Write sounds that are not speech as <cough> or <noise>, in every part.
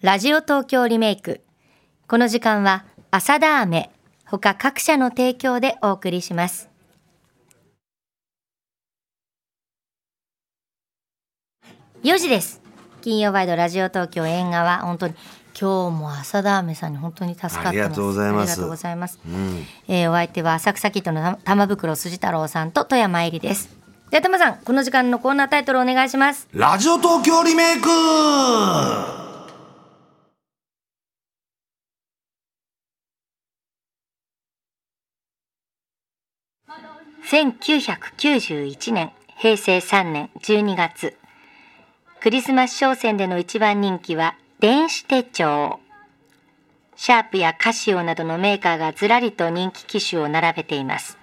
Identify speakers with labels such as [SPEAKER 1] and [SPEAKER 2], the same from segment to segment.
[SPEAKER 1] ラジオ東京リメイク。この時間は、浅田飴、他各社の提供でお送りします。4時です。金曜ワイドラジオ東京縁側、本当に、今日も浅田飴さんに本当に助かってます。
[SPEAKER 2] ありがとうござい
[SPEAKER 1] あ
[SPEAKER 2] ます
[SPEAKER 1] りがとうございます。
[SPEAKER 2] うん、
[SPEAKER 1] えーお相手は浅草キッドの玉袋筋太郎さんと富山えりです。では玉さん、この時間のコーナータイトルお願いします。
[SPEAKER 2] ラジオ東京リメイク <laughs> は
[SPEAKER 1] 1991年、平成3年12月、クリスマス商戦での一番人気は電子手帳。シャープやカシオなどのメーカーがずらりと人気機種を並べています。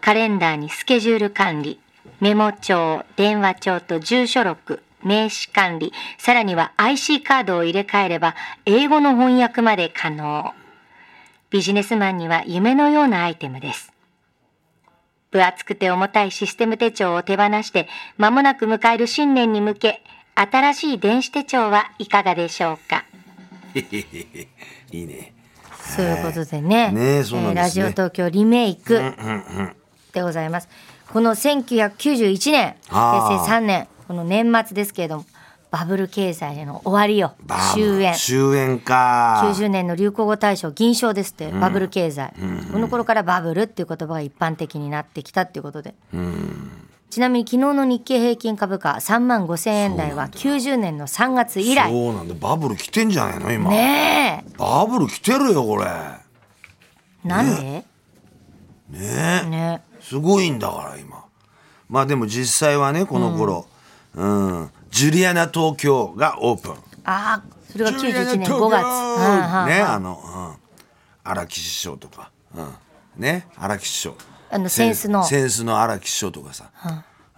[SPEAKER 1] カレンダーにスケジュール管理、メモ帳、電話帳と住所録、名刺管理、さらには IC カードを入れ替えれば英語の翻訳まで可能。ビジネスマンには夢のようなアイテムです。分厚くて重たいシステム手帳を手放して、間もなく迎える新年に向け、新しい電子手帳はいかがでしょうか。
[SPEAKER 2] いいね
[SPEAKER 1] そういうことでね、
[SPEAKER 2] ねえそうなんです
[SPEAKER 1] ラジ
[SPEAKER 2] ね
[SPEAKER 1] オ東京リメイクでございます。この1991年、
[SPEAKER 2] あー
[SPEAKER 1] 平成3年、この年末ですけれども、バブル経済への終わりよ、
[SPEAKER 2] バ
[SPEAKER 1] 終
[SPEAKER 2] ブ
[SPEAKER 1] 焉。
[SPEAKER 2] 終焉か
[SPEAKER 1] 90年の流行語大賞銀賞ですって、バブル経済、この頃からバブルっていう言葉が一般的になってきたっていうことで、ちなみに昨日の日経平均株価3万5000円台は90年の3月以来
[SPEAKER 2] そうなんだバブル来てんじゃないの今、
[SPEAKER 1] ね
[SPEAKER 2] バブル来てるよこれ
[SPEAKER 1] えなんでねね
[SPEAKER 2] すごいんだから今まあでも実際はねこの頃、うんジュリアナ東京がオープン
[SPEAKER 1] ああそれが
[SPEAKER 2] ジュリアナ
[SPEAKER 1] 91年
[SPEAKER 2] 東
[SPEAKER 1] 5
[SPEAKER 2] 京
[SPEAKER 1] 月はいはい
[SPEAKER 2] ね
[SPEAKER 1] はい
[SPEAKER 2] あの、うん、荒木師匠とか、うん、ね荒木師匠
[SPEAKER 1] あのセンスの
[SPEAKER 2] センスの荒木師匠とかさ、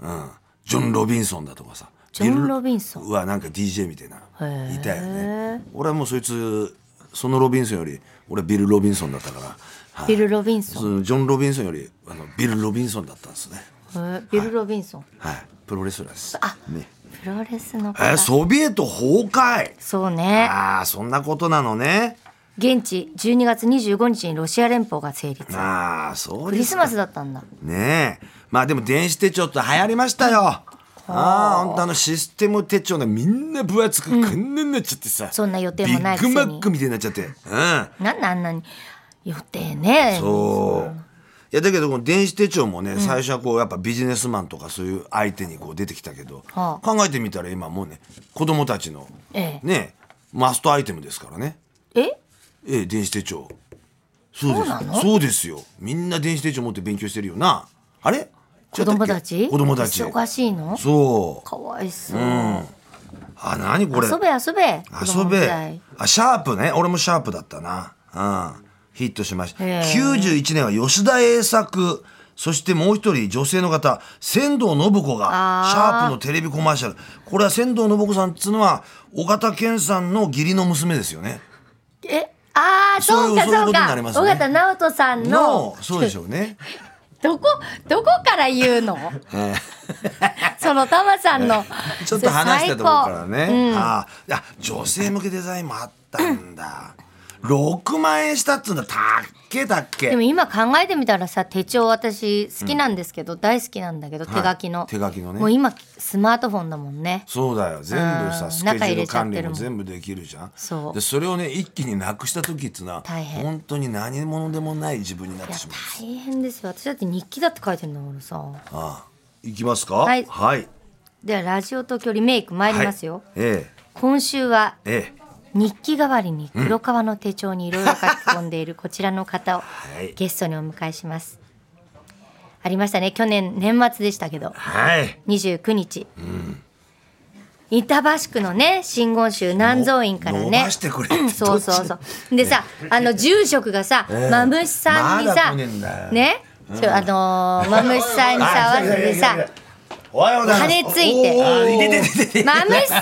[SPEAKER 2] うん、ジョン・ロビンソンだとかさ
[SPEAKER 1] ジョンロビンソン
[SPEAKER 2] ビルはなんか DJ みたいな
[SPEAKER 1] へー
[SPEAKER 2] いたよね俺はもうそいつそのロビンソンより俺はビル・ロビンソンだったから、はい
[SPEAKER 1] ビル・ロビンソン、
[SPEAKER 2] そのジョン・ロビンソンよりあのビル・ロビンソンだったんですね
[SPEAKER 1] へえビル・ロビンソン、
[SPEAKER 2] はいプロレスラーです
[SPEAKER 1] あ
[SPEAKER 2] ね
[SPEAKER 1] プロレスの
[SPEAKER 2] えー
[SPEAKER 1] 方
[SPEAKER 2] ソビエト崩壊
[SPEAKER 1] そうね
[SPEAKER 2] ああそんなことなのね
[SPEAKER 1] 現地12月25日にロシア連邦が成立ク
[SPEAKER 2] ああそうで
[SPEAKER 1] リ
[SPEAKER 2] す
[SPEAKER 1] スマスだったんだ
[SPEAKER 2] ねえまあでも電子手帳って流行りましたよああ本当あのシステム手帳ねみんな分厚くこんなになっちゃってさ、
[SPEAKER 1] そんな予定もないくせ
[SPEAKER 2] ビ
[SPEAKER 1] に
[SPEAKER 2] ッグマックみたいになっちゃってうん
[SPEAKER 1] なんであんなに予定ね
[SPEAKER 2] そういやだけどこの電子手帳もね、最初はこうやっぱビジネスマンとかそういう相手にこう出てきたけど、
[SPEAKER 1] はあ
[SPEAKER 2] 考えてみたら今もうね子供たちの、
[SPEAKER 1] ええ
[SPEAKER 2] ねマストアイテムですからね
[SPEAKER 1] え
[SPEAKER 2] ええ電子手帳そうです
[SPEAKER 1] そうなの
[SPEAKER 2] そうですよみんな電子手帳持って勉強してるよなあれ
[SPEAKER 1] 子供たち
[SPEAKER 2] 子供たち
[SPEAKER 1] 忙しいの
[SPEAKER 2] そう
[SPEAKER 1] かわいそう、
[SPEAKER 2] あ何これ
[SPEAKER 1] 遊べ遊べ
[SPEAKER 2] 遊
[SPEAKER 1] 子供時
[SPEAKER 2] べ
[SPEAKER 1] 代
[SPEAKER 2] あシャープね俺もシャープだったなうんヒットしました
[SPEAKER 1] へえ
[SPEAKER 2] 91年は吉田栄作そしてもう一人女性の方仙道信子
[SPEAKER 1] あ
[SPEAKER 2] が
[SPEAKER 1] ー
[SPEAKER 2] シャープのテレビコマーシャルこれは仙道信子さんっつうのは尾形健さんの義理の娘ですよね
[SPEAKER 1] えあー
[SPEAKER 2] そう
[SPEAKER 1] そうか
[SPEAKER 2] そう
[SPEAKER 1] そ
[SPEAKER 2] いう
[SPEAKER 1] う
[SPEAKER 2] ことに
[SPEAKER 1] か
[SPEAKER 2] なります
[SPEAKER 1] 尾
[SPEAKER 2] ね
[SPEAKER 1] 形直人さんの
[SPEAKER 2] のそうでしょうね
[SPEAKER 1] <laughs> どこどこから言うの <laughs> そのタマさんの
[SPEAKER 2] ちょっと話したところからね、
[SPEAKER 1] 最高うん
[SPEAKER 2] あーあ女性向けデザインもあったんだ6万円したっつうんだたっけたっけ
[SPEAKER 1] でも今考えてみたらさ手帳私好きなんですけど、大好きなんだけど手
[SPEAKER 2] はい
[SPEAKER 1] 書きの、
[SPEAKER 2] 手書きのね
[SPEAKER 1] もう今スマートフォンだもんね
[SPEAKER 2] そうだよ全部
[SPEAKER 1] う
[SPEAKER 2] さ
[SPEAKER 1] ん
[SPEAKER 2] スケジュ
[SPEAKER 1] 中入
[SPEAKER 2] ー
[SPEAKER 1] れ
[SPEAKER 2] ル
[SPEAKER 1] ちゃっ
[SPEAKER 2] 管
[SPEAKER 1] て
[SPEAKER 2] 理
[SPEAKER 1] るもん
[SPEAKER 2] も全部できるじゃん
[SPEAKER 1] そう
[SPEAKER 2] でそれをね一気になくした時っつうのは
[SPEAKER 1] 大変
[SPEAKER 2] 本当に何者でもない自分になっ
[SPEAKER 1] い
[SPEAKER 2] て
[SPEAKER 1] や
[SPEAKER 2] しまう
[SPEAKER 1] 大変ですよ私だって日記だって書いてるんだからさ
[SPEAKER 2] ああいきますか
[SPEAKER 1] はい
[SPEAKER 2] はい
[SPEAKER 1] ではラジオ東京リメイク参りますよ、
[SPEAKER 2] え
[SPEAKER 1] 今週は
[SPEAKER 2] えええ
[SPEAKER 1] 日記代わりに黒革の手帳にいろいろ書き込んでいるこちらの方を
[SPEAKER 2] い
[SPEAKER 1] ゲストにお迎えしますありましたね去年年末でしたけど
[SPEAKER 2] はい
[SPEAKER 1] 29日、板橋区のね真言宗南蔵院からね
[SPEAKER 2] の伸ばしてくれって
[SPEAKER 1] そうそうそうでさあの住職がさ、
[SPEAKER 2] ええ
[SPEAKER 1] マムシさんに
[SPEAKER 2] まだ
[SPEAKER 1] さ
[SPEAKER 2] 来ねえんだよ
[SPEAKER 1] ね、ちょあ
[SPEAKER 2] <laughs>
[SPEAKER 1] のーマムシさんにさ合わせてさ
[SPEAKER 2] おはようございま
[SPEAKER 1] 羽
[SPEAKER 2] す
[SPEAKER 1] ついて
[SPEAKER 2] おーあいててててて
[SPEAKER 1] マムシさ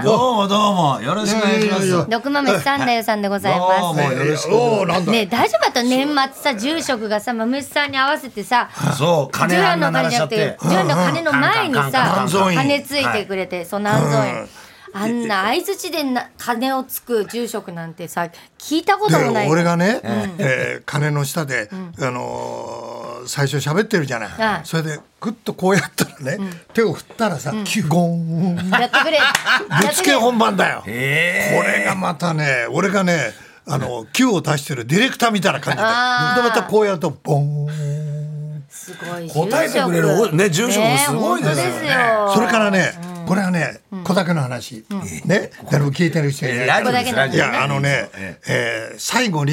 [SPEAKER 1] ん
[SPEAKER 2] どうもどうもよろしくお願いしますどう
[SPEAKER 1] 毒マムシさんだよさんでございま
[SPEAKER 2] もよろしくお願いし
[SPEAKER 1] すねえ大丈夫だった年末さ住職がさマムシさんに合わせてさ
[SPEAKER 2] ますそう
[SPEAKER 1] ジ
[SPEAKER 2] 金
[SPEAKER 1] ュラ
[SPEAKER 2] あん
[SPEAKER 1] ン
[SPEAKER 2] な
[SPEAKER 1] の
[SPEAKER 2] 鳴ら
[SPEAKER 1] 鐘
[SPEAKER 2] し
[SPEAKER 1] じゃな
[SPEAKER 2] ちゃっ
[SPEAKER 1] くて
[SPEAKER 2] て
[SPEAKER 1] ジュランの鐘の前に
[SPEAKER 2] うんうんカンカンカン
[SPEAKER 1] さ
[SPEAKER 2] カンカン
[SPEAKER 1] 鐘ついてくれてそう南蔵院
[SPEAKER 3] あんな相づちでな金をつく住職なんてさ聞いたこともな
[SPEAKER 4] で
[SPEAKER 3] い
[SPEAKER 4] 俺がね、えー鐘の下で、あのー最初喋ってるじゃない、
[SPEAKER 3] はい
[SPEAKER 4] それでグッとこうやったらね、手を振ったらさ、キュゴーンぶ
[SPEAKER 3] やってくれやっ
[SPEAKER 4] つ
[SPEAKER 3] てく
[SPEAKER 4] け
[SPEAKER 3] れ
[SPEAKER 4] 本番だよ、
[SPEAKER 2] え
[SPEAKER 4] これがまたね俺がねあの Q を出してるディレクターみたいな感じで
[SPEAKER 3] あー
[SPEAKER 4] でまたこうやるとボン
[SPEAKER 3] すごい
[SPEAKER 2] 答えてくれる
[SPEAKER 3] 住職
[SPEAKER 2] ね住職もすごいですよね
[SPEAKER 3] 本当ですよ
[SPEAKER 4] それからね、これはね小竹の話、ね誰も聞いてる人い
[SPEAKER 2] え
[SPEAKER 4] ない
[SPEAKER 2] ラジオで
[SPEAKER 3] ここだけ
[SPEAKER 2] す
[SPEAKER 3] なん
[SPEAKER 2] ラ
[SPEAKER 3] で
[SPEAKER 2] ジ
[SPEAKER 4] い
[SPEAKER 2] オ
[SPEAKER 4] やあのね、えー最後に、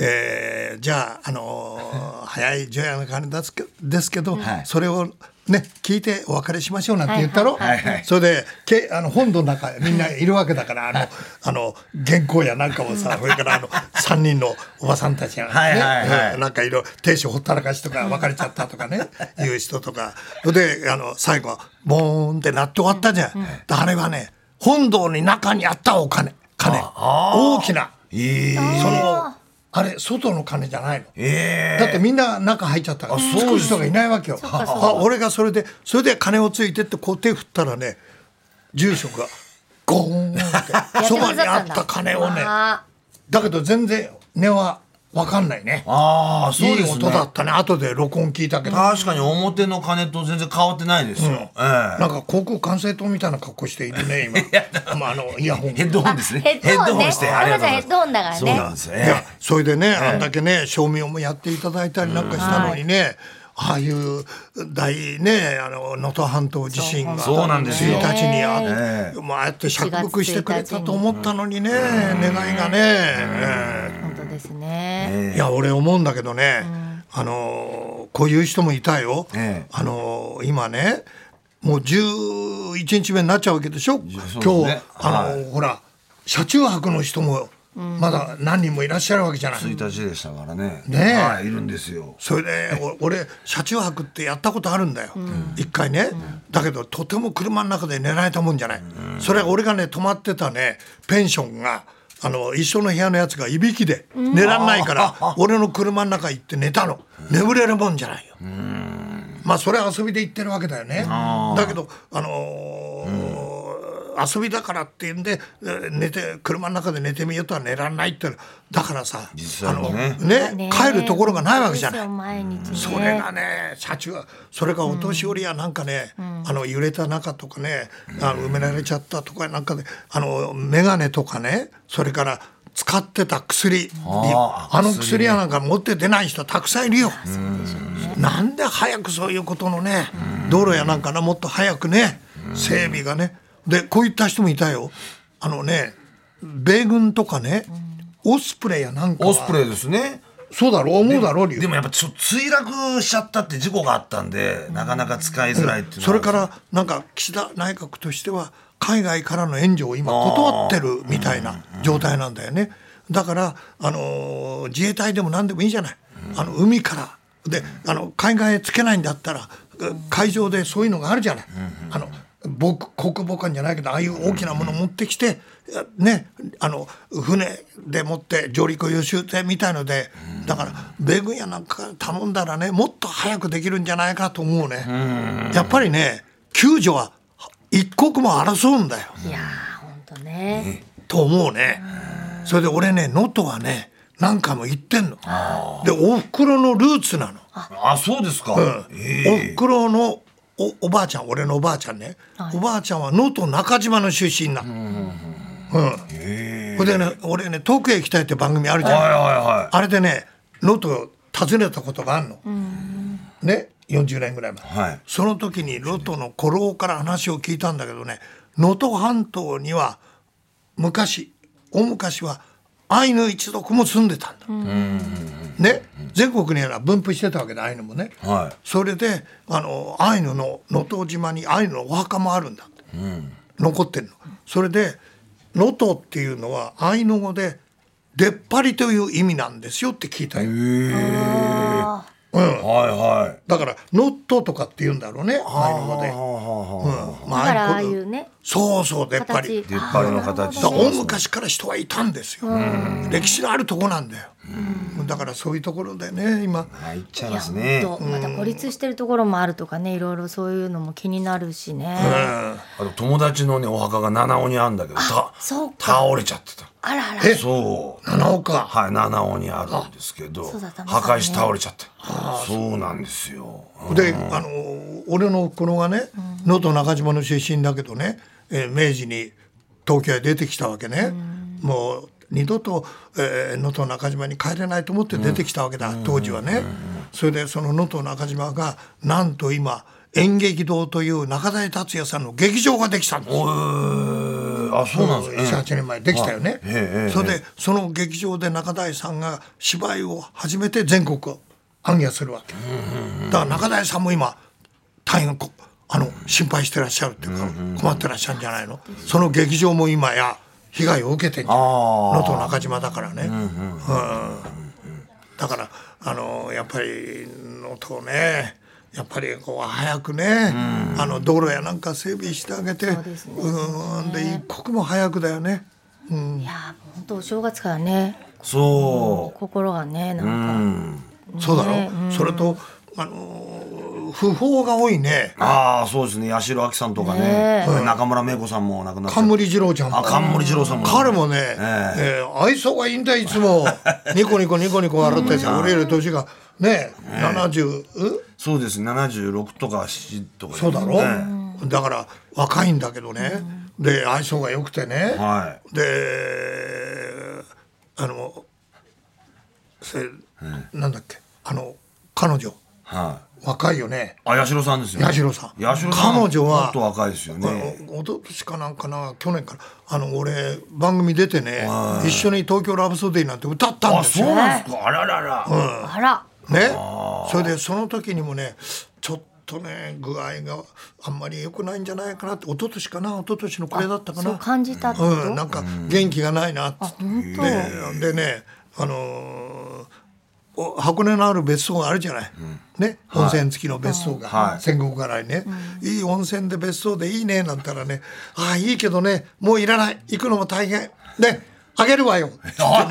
[SPEAKER 4] えーじゃあ、あのー早い除夜の鐘ですけですけど、
[SPEAKER 2] はい
[SPEAKER 4] それをね聞いてお別れしましょうなんて言ったろ、
[SPEAKER 3] はい
[SPEAKER 2] はいはい
[SPEAKER 4] それでけあの本堂の中みんないるわけだからあのあの原稿やなんかもさそれからあの3人のおばさんたちがね、
[SPEAKER 2] はいはいはい
[SPEAKER 4] うんなんかいろいろ亭主ほったらかしとか別れちゃったとかねいう人とかそれであの最後ボーンってなって終わったじゃん。であれはね本堂に中にあったお金金大きな
[SPEAKER 2] ええ
[SPEAKER 4] そのあれ外の金じゃないの。
[SPEAKER 2] え
[SPEAKER 4] だってみんな中入っちゃったからつく人がいないわけよ。
[SPEAKER 3] かそう
[SPEAKER 4] あ俺がそれでそれで金をついてってこう手振ったらね住職がゴーンってそばにあった金をね
[SPEAKER 3] あ
[SPEAKER 4] だけど全然根は分かんないね。
[SPEAKER 2] ああ
[SPEAKER 4] い
[SPEAKER 2] そう
[SPEAKER 4] い
[SPEAKER 2] です
[SPEAKER 4] 音
[SPEAKER 2] ね
[SPEAKER 4] だったね後で録音聞いたけど
[SPEAKER 2] 確かに表の金と全然変わってないですよ、ええ
[SPEAKER 4] なんか航空管制塔みたいな格好している
[SPEAKER 2] <laughs>
[SPEAKER 4] ね今まああのイヤホン
[SPEAKER 2] ヘッドホンですね
[SPEAKER 3] ヘッドホンね
[SPEAKER 2] して
[SPEAKER 3] 浜
[SPEAKER 2] ありがとうござい
[SPEAKER 3] 田さんヘ
[SPEAKER 2] ます
[SPEAKER 3] ッドホンだからね
[SPEAKER 2] そうなんです
[SPEAKER 4] いや
[SPEAKER 2] ね
[SPEAKER 4] それでね、あんだけね照明もやっていただいたりなんかしたのにね、ああいう大ねあの能登半島地震が
[SPEAKER 2] そうそうなんですよ
[SPEAKER 4] 1日にあ、
[SPEAKER 2] ええ
[SPEAKER 4] まあああやって釈伏してくれたと思ったのにね、願いがね、
[SPEAKER 3] ー本当ですね
[SPEAKER 4] ええいや俺思うんだけどね、あのこういう人もいたよ、
[SPEAKER 2] ええ
[SPEAKER 4] あの今ねもう11日目になっちゃうわけでしょ、
[SPEAKER 2] やそう
[SPEAKER 4] 今
[SPEAKER 2] ですね
[SPEAKER 4] 日あの、
[SPEAKER 2] はい
[SPEAKER 4] ほら車中泊の人もまだ何人もいらっしゃるわけじゃない、
[SPEAKER 2] 1日でしたからね
[SPEAKER 4] ねえ
[SPEAKER 2] はいいるんですよ
[SPEAKER 4] それでお俺車中泊ってやったことあるんだよ一、回ね、だけどとても車の中で寝られたもんじゃない、それは俺がね泊まってたねペンションがあの一緒の部屋のやつがいびきで寝らんないから、俺の車の中行って寝たの眠れるもんじゃないよ、まあそれは遊びで行ってるわけだよねだけどあのー遊びだからって言うんでえー寝て車の中で寝てみようとは寝らんないってだからさ
[SPEAKER 2] 実際はね
[SPEAKER 4] あのね
[SPEAKER 3] ね
[SPEAKER 4] 帰るところがないわけじゃない
[SPEAKER 3] そうですよ毎日ね
[SPEAKER 4] それがね車中はそれがお年寄りやなんかね、あの揺れた中とかね、あの埋められちゃったとかなんかであの眼鏡とかねそれから使ってた薬にあ
[SPEAKER 2] あー
[SPEAKER 4] の薬やなんか持って出ない人たくさんいるよ。なんで早くそういうことのね道路やなんかなもっと早くね整備がねでこういった人もいたよあのね米軍とかねオスプレイやなんかは
[SPEAKER 2] オスプレイですね
[SPEAKER 4] そうだろう思うだろう
[SPEAKER 2] でもやっぱちょっと墜落しちゃったって事故があったんでなかなか使いづらいっていうのは
[SPEAKER 4] それからなんか岸田内閣としては海外からの援助を今断ってるみたいな状態なんだよね。だからあのー自衛隊でも何でもいいじゃない。あの海からであの海外へつけないんだったら海上でそういうのがあるじゃない。あの防空国防官じゃないけどああいう大きなもの持ってきて、ねあの船でもって上陸予習艇みたいのでだから米軍やなんか頼んだらねもっと早くできるんじゃないかと思うね。やっぱりね救助は一刻も争うんだよ
[SPEAKER 3] いやー本当ね
[SPEAKER 4] と思うねそれで俺ね能登はね何回も行ってんのでおふくろのルーツなの、
[SPEAKER 2] あそうですか、
[SPEAKER 4] うんおふくろのおおばあちゃん俺のおばあちゃんね、おばあちゃんは能登中島の出身なのうんほんでね俺ね「遠くへ行きたい」って番組あるじゃない
[SPEAKER 2] はいはいはい
[SPEAKER 4] あれでね能登を訪ねたことがあるの、ね40年ぐらい前、
[SPEAKER 2] はい
[SPEAKER 4] その時に能登の古老から話を聞いたんだけどね能登半島には昔大昔はアイヌ一族も住んでたんだ、ね全国には分布してたわけでアイヌもね、
[SPEAKER 2] はい
[SPEAKER 4] それであのアイヌの能登島にアイヌのお墓もあるんだって、残ってるのそれで能登っていうのはアイヌ語で出っ張りという意味なんですよって聞いたよ、
[SPEAKER 2] はいはい
[SPEAKER 4] だから「ノット」とかって言うんだろうねアイヌ語で、うんま
[SPEAKER 3] だからああ
[SPEAKER 4] アイ
[SPEAKER 3] い
[SPEAKER 4] ヌ語
[SPEAKER 3] うね
[SPEAKER 4] そうそう出っ張り
[SPEAKER 3] 形
[SPEAKER 2] 出っ張りの形
[SPEAKER 4] だから大昔から人はいたんですよ、歴史のあるとこなんだよ、だからそういうところでね今
[SPEAKER 2] 入っちゃい
[SPEAKER 3] いや
[SPEAKER 2] ますね
[SPEAKER 3] ほんとまた孤立してるところもあるとかねいろいろそういうのも気になるしね、
[SPEAKER 2] あと友達のねお墓が七尾にあるんだけどた
[SPEAKER 3] そうか
[SPEAKER 2] 倒れちゃってた
[SPEAKER 3] あらあら
[SPEAKER 4] え
[SPEAKER 2] そう
[SPEAKER 4] 七尾か
[SPEAKER 2] はい七尾にあるんですけど
[SPEAKER 3] そうだったんですね
[SPEAKER 2] 破壊して倒れちゃってそうなんですよ
[SPEAKER 4] であの俺のこのがね能登中島の出身だけどね、えー明治に東京へ出てきたわけね、もう二度とえー能登、中島に帰れないと思って出てきたわけだ、当時はね、それでその能登中島がなんと今演劇堂という中谷達也さんの劇場ができたんですよ
[SPEAKER 2] うんあそうなんですね
[SPEAKER 4] 78年前できたよね、
[SPEAKER 2] はいええええ
[SPEAKER 4] それでその劇場で中台さんが芝居を始めて全国を暗夜するわけ、だから中台さんも今大変こあの心配してらっしゃるっていうか、困ってらっしゃるんじゃないの、その劇場も今や被害を受けてんじゃない
[SPEAKER 2] あー
[SPEAKER 4] 能登中島だからね、うんだからあのやっぱり能登ねやっぱりこう早くね、あの道路やなんか整備してあげて
[SPEAKER 3] そうですね
[SPEAKER 4] うんで一刻も早くだよね。
[SPEAKER 3] いや本当お正月からね
[SPEAKER 2] そ
[SPEAKER 3] 心がねなん
[SPEAKER 2] うう
[SPEAKER 3] か、
[SPEAKER 2] ん
[SPEAKER 4] そうだろ、
[SPEAKER 3] ね
[SPEAKER 4] それとあのー不法が多いね。
[SPEAKER 2] ああそうですね八代亜紀さんとかね
[SPEAKER 3] ねえ
[SPEAKER 2] 中村芽子さんも亡くなって
[SPEAKER 4] 冠二郎ちゃんも
[SPEAKER 2] あ冠二郎さんも
[SPEAKER 4] 彼もね、え
[SPEAKER 2] え
[SPEAKER 4] ー愛想がいいんだいつ <laughs> もニコニコニコニコ笑ってさ俺より年がね70う
[SPEAKER 2] そうですね76とか7とか
[SPEAKER 4] そうだろ、
[SPEAKER 2] ね
[SPEAKER 4] だから若いんだけどね、で愛想が良くてね、
[SPEAKER 2] は
[SPEAKER 4] であのそれ、なんだっけあの彼女
[SPEAKER 2] いはい
[SPEAKER 4] 若いよね
[SPEAKER 2] あ、八代さんですよ。
[SPEAKER 4] 八代さん
[SPEAKER 2] 八代さん。
[SPEAKER 4] 彼女は
[SPEAKER 2] もっと若いですよね。
[SPEAKER 4] おおととしかなんかな去年からあの俺番組出てね一緒に「東京ラブソディ」なんて歌ったん
[SPEAKER 2] あ、
[SPEAKER 4] です
[SPEAKER 2] そう
[SPEAKER 4] よ。
[SPEAKER 2] なんですか。あららら。
[SPEAKER 3] あら
[SPEAKER 4] ね、それでその時にもねちょっとね具合があんまり良くないんじゃないかなって一昨年かな一昨年のこれだったか
[SPEAKER 3] そう
[SPEAKER 4] な
[SPEAKER 3] 感じたってこと、
[SPEAKER 4] うん、なんか元気がないなっつって、
[SPEAKER 3] 本当
[SPEAKER 4] ででね、あのーお箱根のある別荘があるじゃない、ね、温泉付きの別荘が、
[SPEAKER 2] はい
[SPEAKER 4] 戦国からにね、いい温泉で別荘でいいねなんたらね「ああいいけどねもういらない行くのも大変ねあげるわよ」って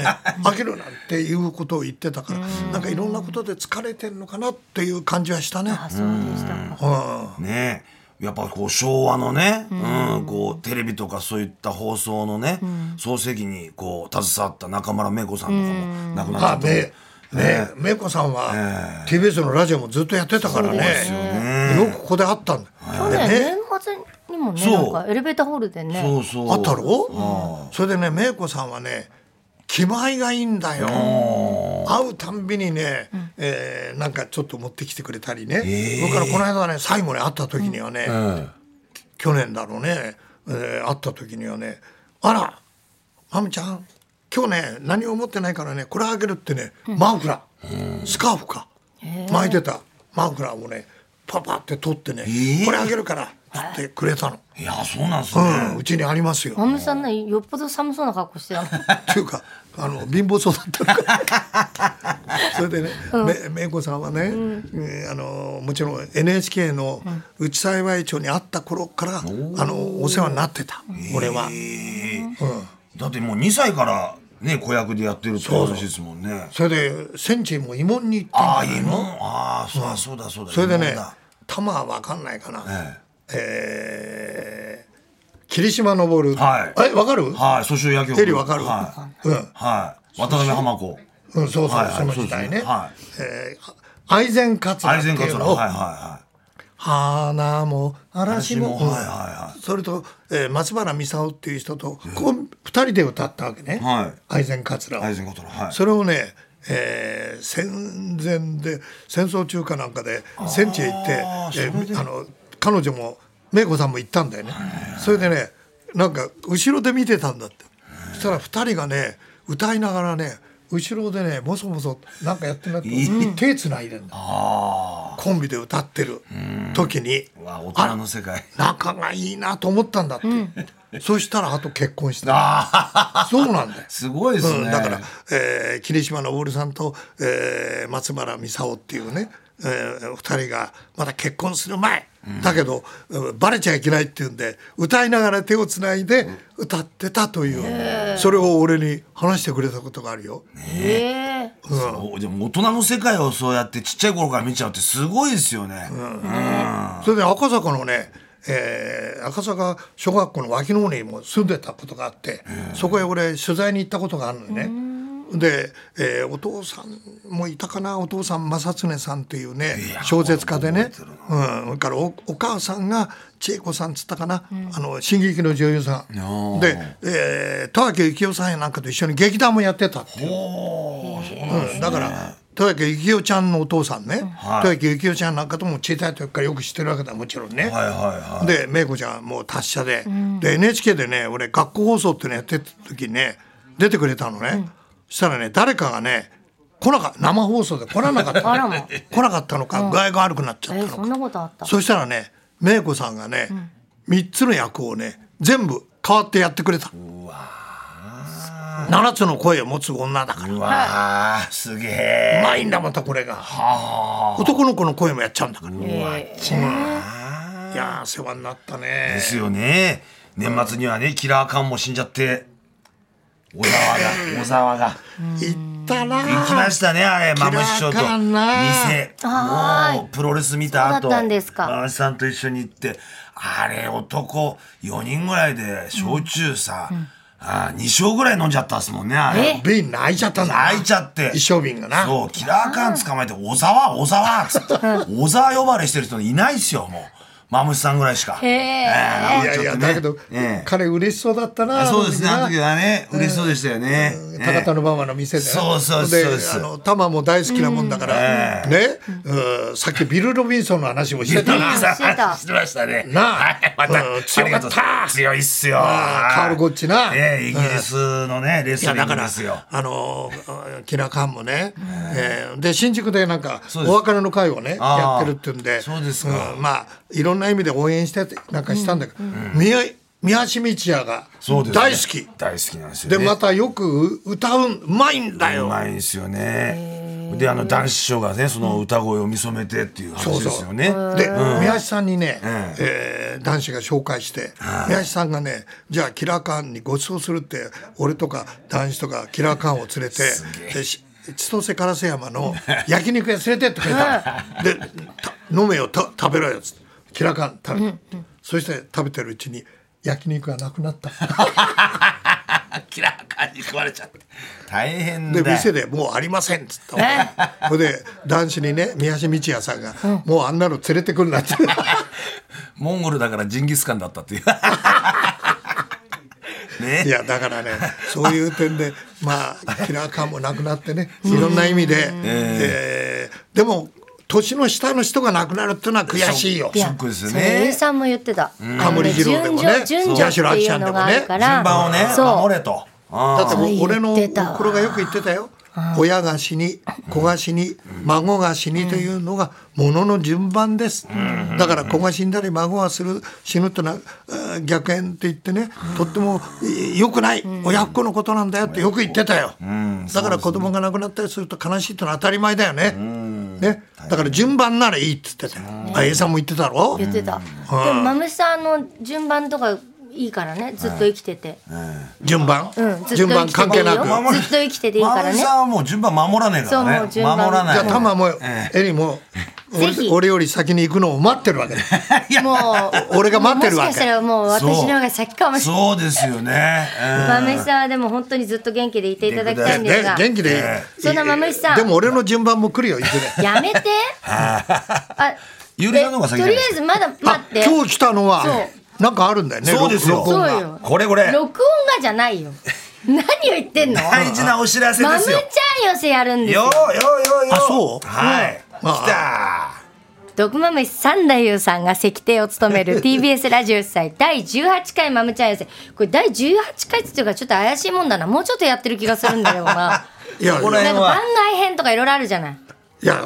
[SPEAKER 4] ね <laughs> 「あげる」なんていうことを言ってたからなんかいろんなことで疲れてんのかなっていう感じはしたね。
[SPEAKER 3] あそうでしたか
[SPEAKER 4] うん
[SPEAKER 2] ねえ。やっぱこう昭和のね、うん、こうテレビとかそういった放送のね、創世記にこう携わった中村芽子さんとかも亡くなっちゃ
[SPEAKER 4] あ
[SPEAKER 2] った。
[SPEAKER 4] めねめいこさんは TBS のラジオもずっとやってたからねよくここで会ったんだ
[SPEAKER 3] 去
[SPEAKER 4] で
[SPEAKER 3] 年
[SPEAKER 4] ね
[SPEAKER 3] 年末にもね
[SPEAKER 2] そう
[SPEAKER 3] なんかエレベーターホールでね
[SPEAKER 2] そうそう。
[SPEAKER 4] あったろそれでねめいこさんはね気前がいいんだよ会うたんびにね、えーなんかちょっと持ってきてくれたりね、それからこの間ね最後に会った時にはね、
[SPEAKER 2] うん。
[SPEAKER 4] 去年だろうね、えー会った時にはね「あらまみちゃん今日ね何も持ってないからねこれあげる」ってね、マフラースカーフか巻いてたマフラーをねパパって取ってね「
[SPEAKER 2] ー
[SPEAKER 4] これあげるから」って言ってくれたの、
[SPEAKER 2] いや、そうなんです
[SPEAKER 4] う
[SPEAKER 2] ね。
[SPEAKER 4] んうちにありますよ
[SPEAKER 3] マムさんねよっぽど寒そうな格好して
[SPEAKER 4] <laughs>
[SPEAKER 3] たの
[SPEAKER 4] っていうかあの貧乏そうだったのか
[SPEAKER 2] <laughs>
[SPEAKER 4] それでね、めめいこさんはね、うんあのもちろん NHK の内幸町にあった頃から、あのお世話になってた俺は、
[SPEAKER 2] だってもう2歳からね、子役でやってるって話ですもんね。
[SPEAKER 4] それでセンチも慰問に行った
[SPEAKER 2] ああ、
[SPEAKER 4] んじゃ
[SPEAKER 2] いい
[SPEAKER 4] ない
[SPEAKER 2] もん
[SPEAKER 4] の。
[SPEAKER 2] ああ、そうそうだそうだ。
[SPEAKER 4] それで
[SPEAKER 2] いいも
[SPEAKER 4] ね
[SPEAKER 2] んだ
[SPEAKER 4] 玉は分かんないかな、
[SPEAKER 2] え
[SPEAKER 4] えー霧島昇る、
[SPEAKER 2] はい
[SPEAKER 4] え分かる、
[SPEAKER 2] えはい、訴訟野球部
[SPEAKER 4] テリー分かる、
[SPEAKER 2] は
[SPEAKER 4] うん
[SPEAKER 2] い。はい。渡辺浜子。
[SPEAKER 4] うん、そうそう、
[SPEAKER 2] はいはい
[SPEAKER 4] その時代
[SPEAKER 2] そう
[SPEAKER 4] ね。
[SPEAKER 2] ですねはい
[SPEAKER 4] えー愛禅カツラ
[SPEAKER 2] 愛
[SPEAKER 4] って
[SPEAKER 2] 禅
[SPEAKER 4] い
[SPEAKER 2] 桂
[SPEAKER 4] う
[SPEAKER 2] は
[SPEAKER 4] の
[SPEAKER 2] い
[SPEAKER 4] を、
[SPEAKER 2] はいはい。
[SPEAKER 4] 花も嵐も
[SPEAKER 2] 嵐もはいはいは
[SPEAKER 4] それと、えー松原美沙っていう人とこう二人で歌ったわけね、
[SPEAKER 2] はい
[SPEAKER 4] 愛禅カツラを、
[SPEAKER 2] 大臣ことの、はい。
[SPEAKER 4] それをね、えー戦前で戦争中かなんかで戦地へ行って
[SPEAKER 2] あー
[SPEAKER 4] えー
[SPEAKER 2] それで
[SPEAKER 4] あの彼女も芽子さんも行ったんだよねそれでねなんか後ろで見てたんだってそしたら二人がね歌いながらね後ろでねボソボソなんかやってなって手つないでんだ
[SPEAKER 2] あ
[SPEAKER 4] コンビで歌ってる時に
[SPEAKER 2] あ。うわ、大
[SPEAKER 4] あ
[SPEAKER 2] 人
[SPEAKER 4] ら
[SPEAKER 2] の世界。
[SPEAKER 4] 仲がいいなと思ったんだって、そしたらあと結婚した
[SPEAKER 2] ああ、
[SPEAKER 4] そうなんだよ
[SPEAKER 2] <laughs> すごいです
[SPEAKER 4] うん、
[SPEAKER 2] ね。
[SPEAKER 4] だから、えー、霧島のオールさんと、えー、松原美沙夫っていうね、えー、二人がまだ結婚する前、だけどうんバレちゃいけないっていうんで歌いながら手をつないで歌ってたというそれを俺に話してくれたことがあるよ。
[SPEAKER 1] ええ
[SPEAKER 2] そうでも大人の世界をそうやってちっちゃい頃から見ちゃうってすごいですよね、
[SPEAKER 4] それで赤坂のね、えー赤坂小学校の脇の方にも住んでたことがあってそこへ俺取材に行ったことがあるのね。で、えーお父さんもいたかなお父さん正恒さんっていうね小説家でね、うん、それからおお母さんが千恵子さんっつったかな、あの新劇の女優さんで、えー、戸明幸雄さんやなんかと一緒に劇団もやってたっていううん、だから豊木幸雄ちゃんのお父さんね、
[SPEAKER 2] はい
[SPEAKER 4] 豊木幸雄ちゃんなんかとも小さい時からよく知ってるわけだもちろんね、
[SPEAKER 2] はいはいはい
[SPEAKER 4] で芽子ちゃんはもう達者で、で NHK でね俺学校放送っていうのやってた時にね出てくれたのね、そしたらね誰かがね来なか生放送で来らなかった
[SPEAKER 1] <laughs> あら
[SPEAKER 4] の
[SPEAKER 1] ま
[SPEAKER 4] 来なかったのか、具合が悪くなっちゃった
[SPEAKER 1] え
[SPEAKER 4] のか
[SPEAKER 1] そんなことあった
[SPEAKER 4] そしたらね芽子さんがね、三3つの役をね全部変わってやってくれた7つの声を持つ女だから
[SPEAKER 2] うわーすげ
[SPEAKER 4] う
[SPEAKER 2] え
[SPEAKER 4] まいんだまたこれが男の子の声もやっちゃうんだから、い
[SPEAKER 1] ええ
[SPEAKER 4] やー世話になったね
[SPEAKER 2] ですよね年末にはねキラーカンも死んじゃって小沢が小沢が
[SPEAKER 4] 行ったな
[SPEAKER 2] 行きましたねあれマムシ師匠と
[SPEAKER 4] キラーカンな
[SPEAKER 2] 店もうプロレス見た
[SPEAKER 3] そ
[SPEAKER 2] 後
[SPEAKER 3] うだったんですか
[SPEAKER 2] マムシさんと一緒に行ってあれ男4人ぐらいで焼酎さ、あ2升ぐらい飲んじゃったっすもんねあれ
[SPEAKER 4] 瓶泣いちゃったんだな
[SPEAKER 2] 泣いちゃって
[SPEAKER 4] 一生瓶がな
[SPEAKER 2] そうキラーカン捕まえて「小沢小沢」っつって小沢呼ばれしてる人いないっすよもうマムシさんぐらいしか
[SPEAKER 1] え
[SPEAKER 2] え
[SPEAKER 4] いやいやだけど、
[SPEAKER 2] ええ
[SPEAKER 4] 彼嬉しそうだったな
[SPEAKER 2] あそうですね、あ
[SPEAKER 4] あ
[SPEAKER 2] の
[SPEAKER 4] の
[SPEAKER 2] 時
[SPEAKER 4] 時な
[SPEAKER 2] はね、嬉しそうでしたよね。ね
[SPEAKER 4] 高田の馬場の店でな、
[SPEAKER 2] そうそうそうです
[SPEAKER 4] あの玉も大好きなもんだから、ね、うんさっきビル・ロビンソンの話もしてたな
[SPEAKER 2] さん
[SPEAKER 3] してた
[SPEAKER 2] してましたね。
[SPEAKER 4] なあ
[SPEAKER 2] はい、また、
[SPEAKER 4] うん強かった
[SPEAKER 2] ありがとうございます強いっすよ。
[SPEAKER 4] ああカールゴッチな
[SPEAKER 2] ええイギリスのね、レス
[SPEAKER 4] いや
[SPEAKER 2] リ
[SPEAKER 4] だ
[SPEAKER 2] ング
[SPEAKER 4] か
[SPEAKER 2] で
[SPEAKER 4] ら
[SPEAKER 2] すよ。
[SPEAKER 4] あのーキラカンもね、えーで新宿でなんか
[SPEAKER 2] そうです
[SPEAKER 4] お別れの会をね
[SPEAKER 2] あ
[SPEAKER 4] や
[SPEAKER 2] ー
[SPEAKER 4] ってるっていうんで
[SPEAKER 2] そうですか
[SPEAKER 4] んまあいろんな意味で応援してなんかしたんだけど、宮宮橋道也が
[SPEAKER 2] そうですね
[SPEAKER 4] 大好きで,、
[SPEAKER 2] 大好きなんですよね。
[SPEAKER 4] またよく歌うんうまいんだ
[SPEAKER 2] う
[SPEAKER 4] よ。
[SPEAKER 2] まいんですよね。で、あの、男子師匠がね、その歌声を見初めてっていう話ですよね。
[SPEAKER 4] で、宮橋さんにね、
[SPEAKER 2] え
[SPEAKER 4] えー男子が紹介して、宮橋さんがねじゃあキラーカーンにご馳走するって俺とか男子とかキラーカーンを連れてでし千歳烏山の焼肉屋連れてってくれたのでた飲めよた食べろよ」っつってキラーカーン食べた、そして食べてるうちに焼肉がなくなった
[SPEAKER 2] キラーカンに食われちゃって。大変だ
[SPEAKER 4] で
[SPEAKER 2] よ。
[SPEAKER 4] 店でもうありませんっつったのほいで男子にね宮橋道也さんが、もうあんなの連れてくるな」って。
[SPEAKER 2] モンゴルだからジンギスカンだったって
[SPEAKER 4] <laughs>
[SPEAKER 2] いう。ね
[SPEAKER 4] い。やだからねそういう点でまあキラー感もなくなってねいろんな意味で、えーでも年の下の人が亡くなるっていうのは悔しいよ。
[SPEAKER 2] ショックですよ
[SPEAKER 1] それ
[SPEAKER 2] ね
[SPEAKER 1] 栄。さんも言ってた。
[SPEAKER 4] 冠二郎でもね
[SPEAKER 1] 順序順序っていうのがあるから。
[SPEAKER 2] 順番をね、
[SPEAKER 1] そ
[SPEAKER 2] 守
[SPEAKER 1] う。
[SPEAKER 2] れと。あ
[SPEAKER 4] だってもう俺の
[SPEAKER 1] そう言ってたわ
[SPEAKER 4] 心がよく言ってたよ。親が死に子が死に孫が死にというのがものの順番です、だから子が死んだり孫がする死ぬというのはえー逆縁って言ってね、とっても良くない、親不孝のことなんだよってよく言ってたよ、だから子供が亡くなったりすると悲しいというのは当たり前だよね,、ねだから順番ならいいって言ってたよ、あ A さんも言ってたろ、
[SPEAKER 1] 言ってた。でもマムシさんの順番とかいいからね。ずっと生きてて。
[SPEAKER 4] 順番、
[SPEAKER 1] うん。ずっと
[SPEAKER 4] 順
[SPEAKER 1] 生
[SPEAKER 4] 番
[SPEAKER 1] きて
[SPEAKER 4] 関
[SPEAKER 1] てい
[SPEAKER 4] 係
[SPEAKER 1] い
[SPEAKER 4] なく。じ
[SPEAKER 1] よ。ずっと生きてていいから
[SPEAKER 2] マム
[SPEAKER 1] ね
[SPEAKER 2] さ。んはもう順番守らねえからね。
[SPEAKER 1] そうもう順番
[SPEAKER 2] 守らない。
[SPEAKER 4] ゃあタマも
[SPEAKER 2] ええ
[SPEAKER 4] エリも
[SPEAKER 1] ぜひ
[SPEAKER 4] 俺俺より先に行くのを待ってるわけだ
[SPEAKER 1] もう
[SPEAKER 4] 俺が待ってるわけ
[SPEAKER 1] もしかしたらもう私の方が先かもしれない。
[SPEAKER 2] そうですよね。
[SPEAKER 1] マムシさんはでも本当にずっと元気でいていただきたいんです
[SPEAKER 4] ね
[SPEAKER 1] が。
[SPEAKER 4] 元気で、
[SPEAKER 2] え
[SPEAKER 1] そんな豆石さん
[SPEAKER 4] でも俺の順番も来るよいずれ
[SPEAKER 1] やめて。あ、
[SPEAKER 2] ゆりさんの方が先
[SPEAKER 1] と
[SPEAKER 2] じゃな
[SPEAKER 1] り
[SPEAKER 2] い
[SPEAKER 1] あえ
[SPEAKER 2] です
[SPEAKER 1] ずまだ待って。
[SPEAKER 4] 今日来たのは
[SPEAKER 1] そ
[SPEAKER 4] なんかあるんだよね
[SPEAKER 2] そうですよ
[SPEAKER 4] 録
[SPEAKER 1] そう
[SPEAKER 4] 音が
[SPEAKER 1] よ。
[SPEAKER 2] これこれ
[SPEAKER 1] 録音がじゃない
[SPEAKER 4] <laughs>
[SPEAKER 1] よ。何を言ってんの。
[SPEAKER 2] 大事なお知らせ
[SPEAKER 1] マ
[SPEAKER 2] で
[SPEAKER 1] ム
[SPEAKER 2] す
[SPEAKER 1] ち
[SPEAKER 2] よ。
[SPEAKER 1] ゃん寄せやるんです
[SPEAKER 2] よ
[SPEAKER 1] よ。
[SPEAKER 2] よよよ。
[SPEAKER 4] あそう
[SPEAKER 2] はい。
[SPEAKER 4] うん
[SPEAKER 2] 来た。
[SPEAKER 1] 毒マムシ三太夫さんが石庭を務める TBS ラジオ主催 <laughs> 第18回マムちゃん寄せ。これ第18回っていうかちょっと怪しいもんだな。もうちょっとやってる気がするんだ
[SPEAKER 4] <laughs>
[SPEAKER 1] よな。
[SPEAKER 4] いや
[SPEAKER 2] そこら
[SPEAKER 1] なん
[SPEAKER 2] 辺
[SPEAKER 1] か
[SPEAKER 2] は
[SPEAKER 1] 番外編とかいろいろあるじゃない。
[SPEAKER 4] いや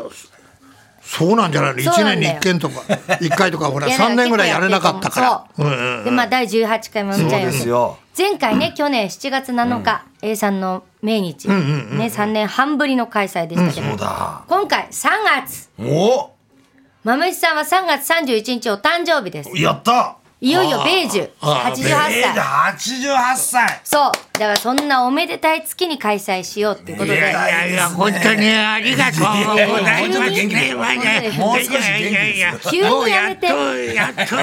[SPEAKER 4] そうなんじゃないの
[SPEAKER 1] そう
[SPEAKER 4] 1
[SPEAKER 1] なんだ
[SPEAKER 4] 年に
[SPEAKER 1] よ
[SPEAKER 4] 1件とか1回とかほ
[SPEAKER 1] <laughs>
[SPEAKER 4] ら
[SPEAKER 1] いやだから
[SPEAKER 4] 3年ぐらいやれなかったから、うんうん
[SPEAKER 1] でまあ第18回マムちゃん寄
[SPEAKER 2] そうです
[SPEAKER 1] せ
[SPEAKER 2] よ。
[SPEAKER 1] 前回ね去年7月7日、A さんの命日、ね3年半ぶりの開催でしたけど、
[SPEAKER 2] そうだ。
[SPEAKER 1] 今回3月
[SPEAKER 2] お。
[SPEAKER 1] マムシさんは3月31日お誕生日です。
[SPEAKER 2] やった
[SPEAKER 1] いよいよベージュ、88
[SPEAKER 2] えー
[SPEAKER 1] 歳。
[SPEAKER 2] 88歳
[SPEAKER 1] そう。だからそんなおめでたい月に開催しようっていうことで。
[SPEAKER 2] やいや本
[SPEAKER 4] 本当にありがと
[SPEAKER 1] <laughs>
[SPEAKER 4] うございま
[SPEAKER 2] もうち
[SPEAKER 4] す。
[SPEAKER 2] ょっと元気でもう少し元気です
[SPEAKER 1] 急にやめて
[SPEAKER 4] もうやっと、やっと、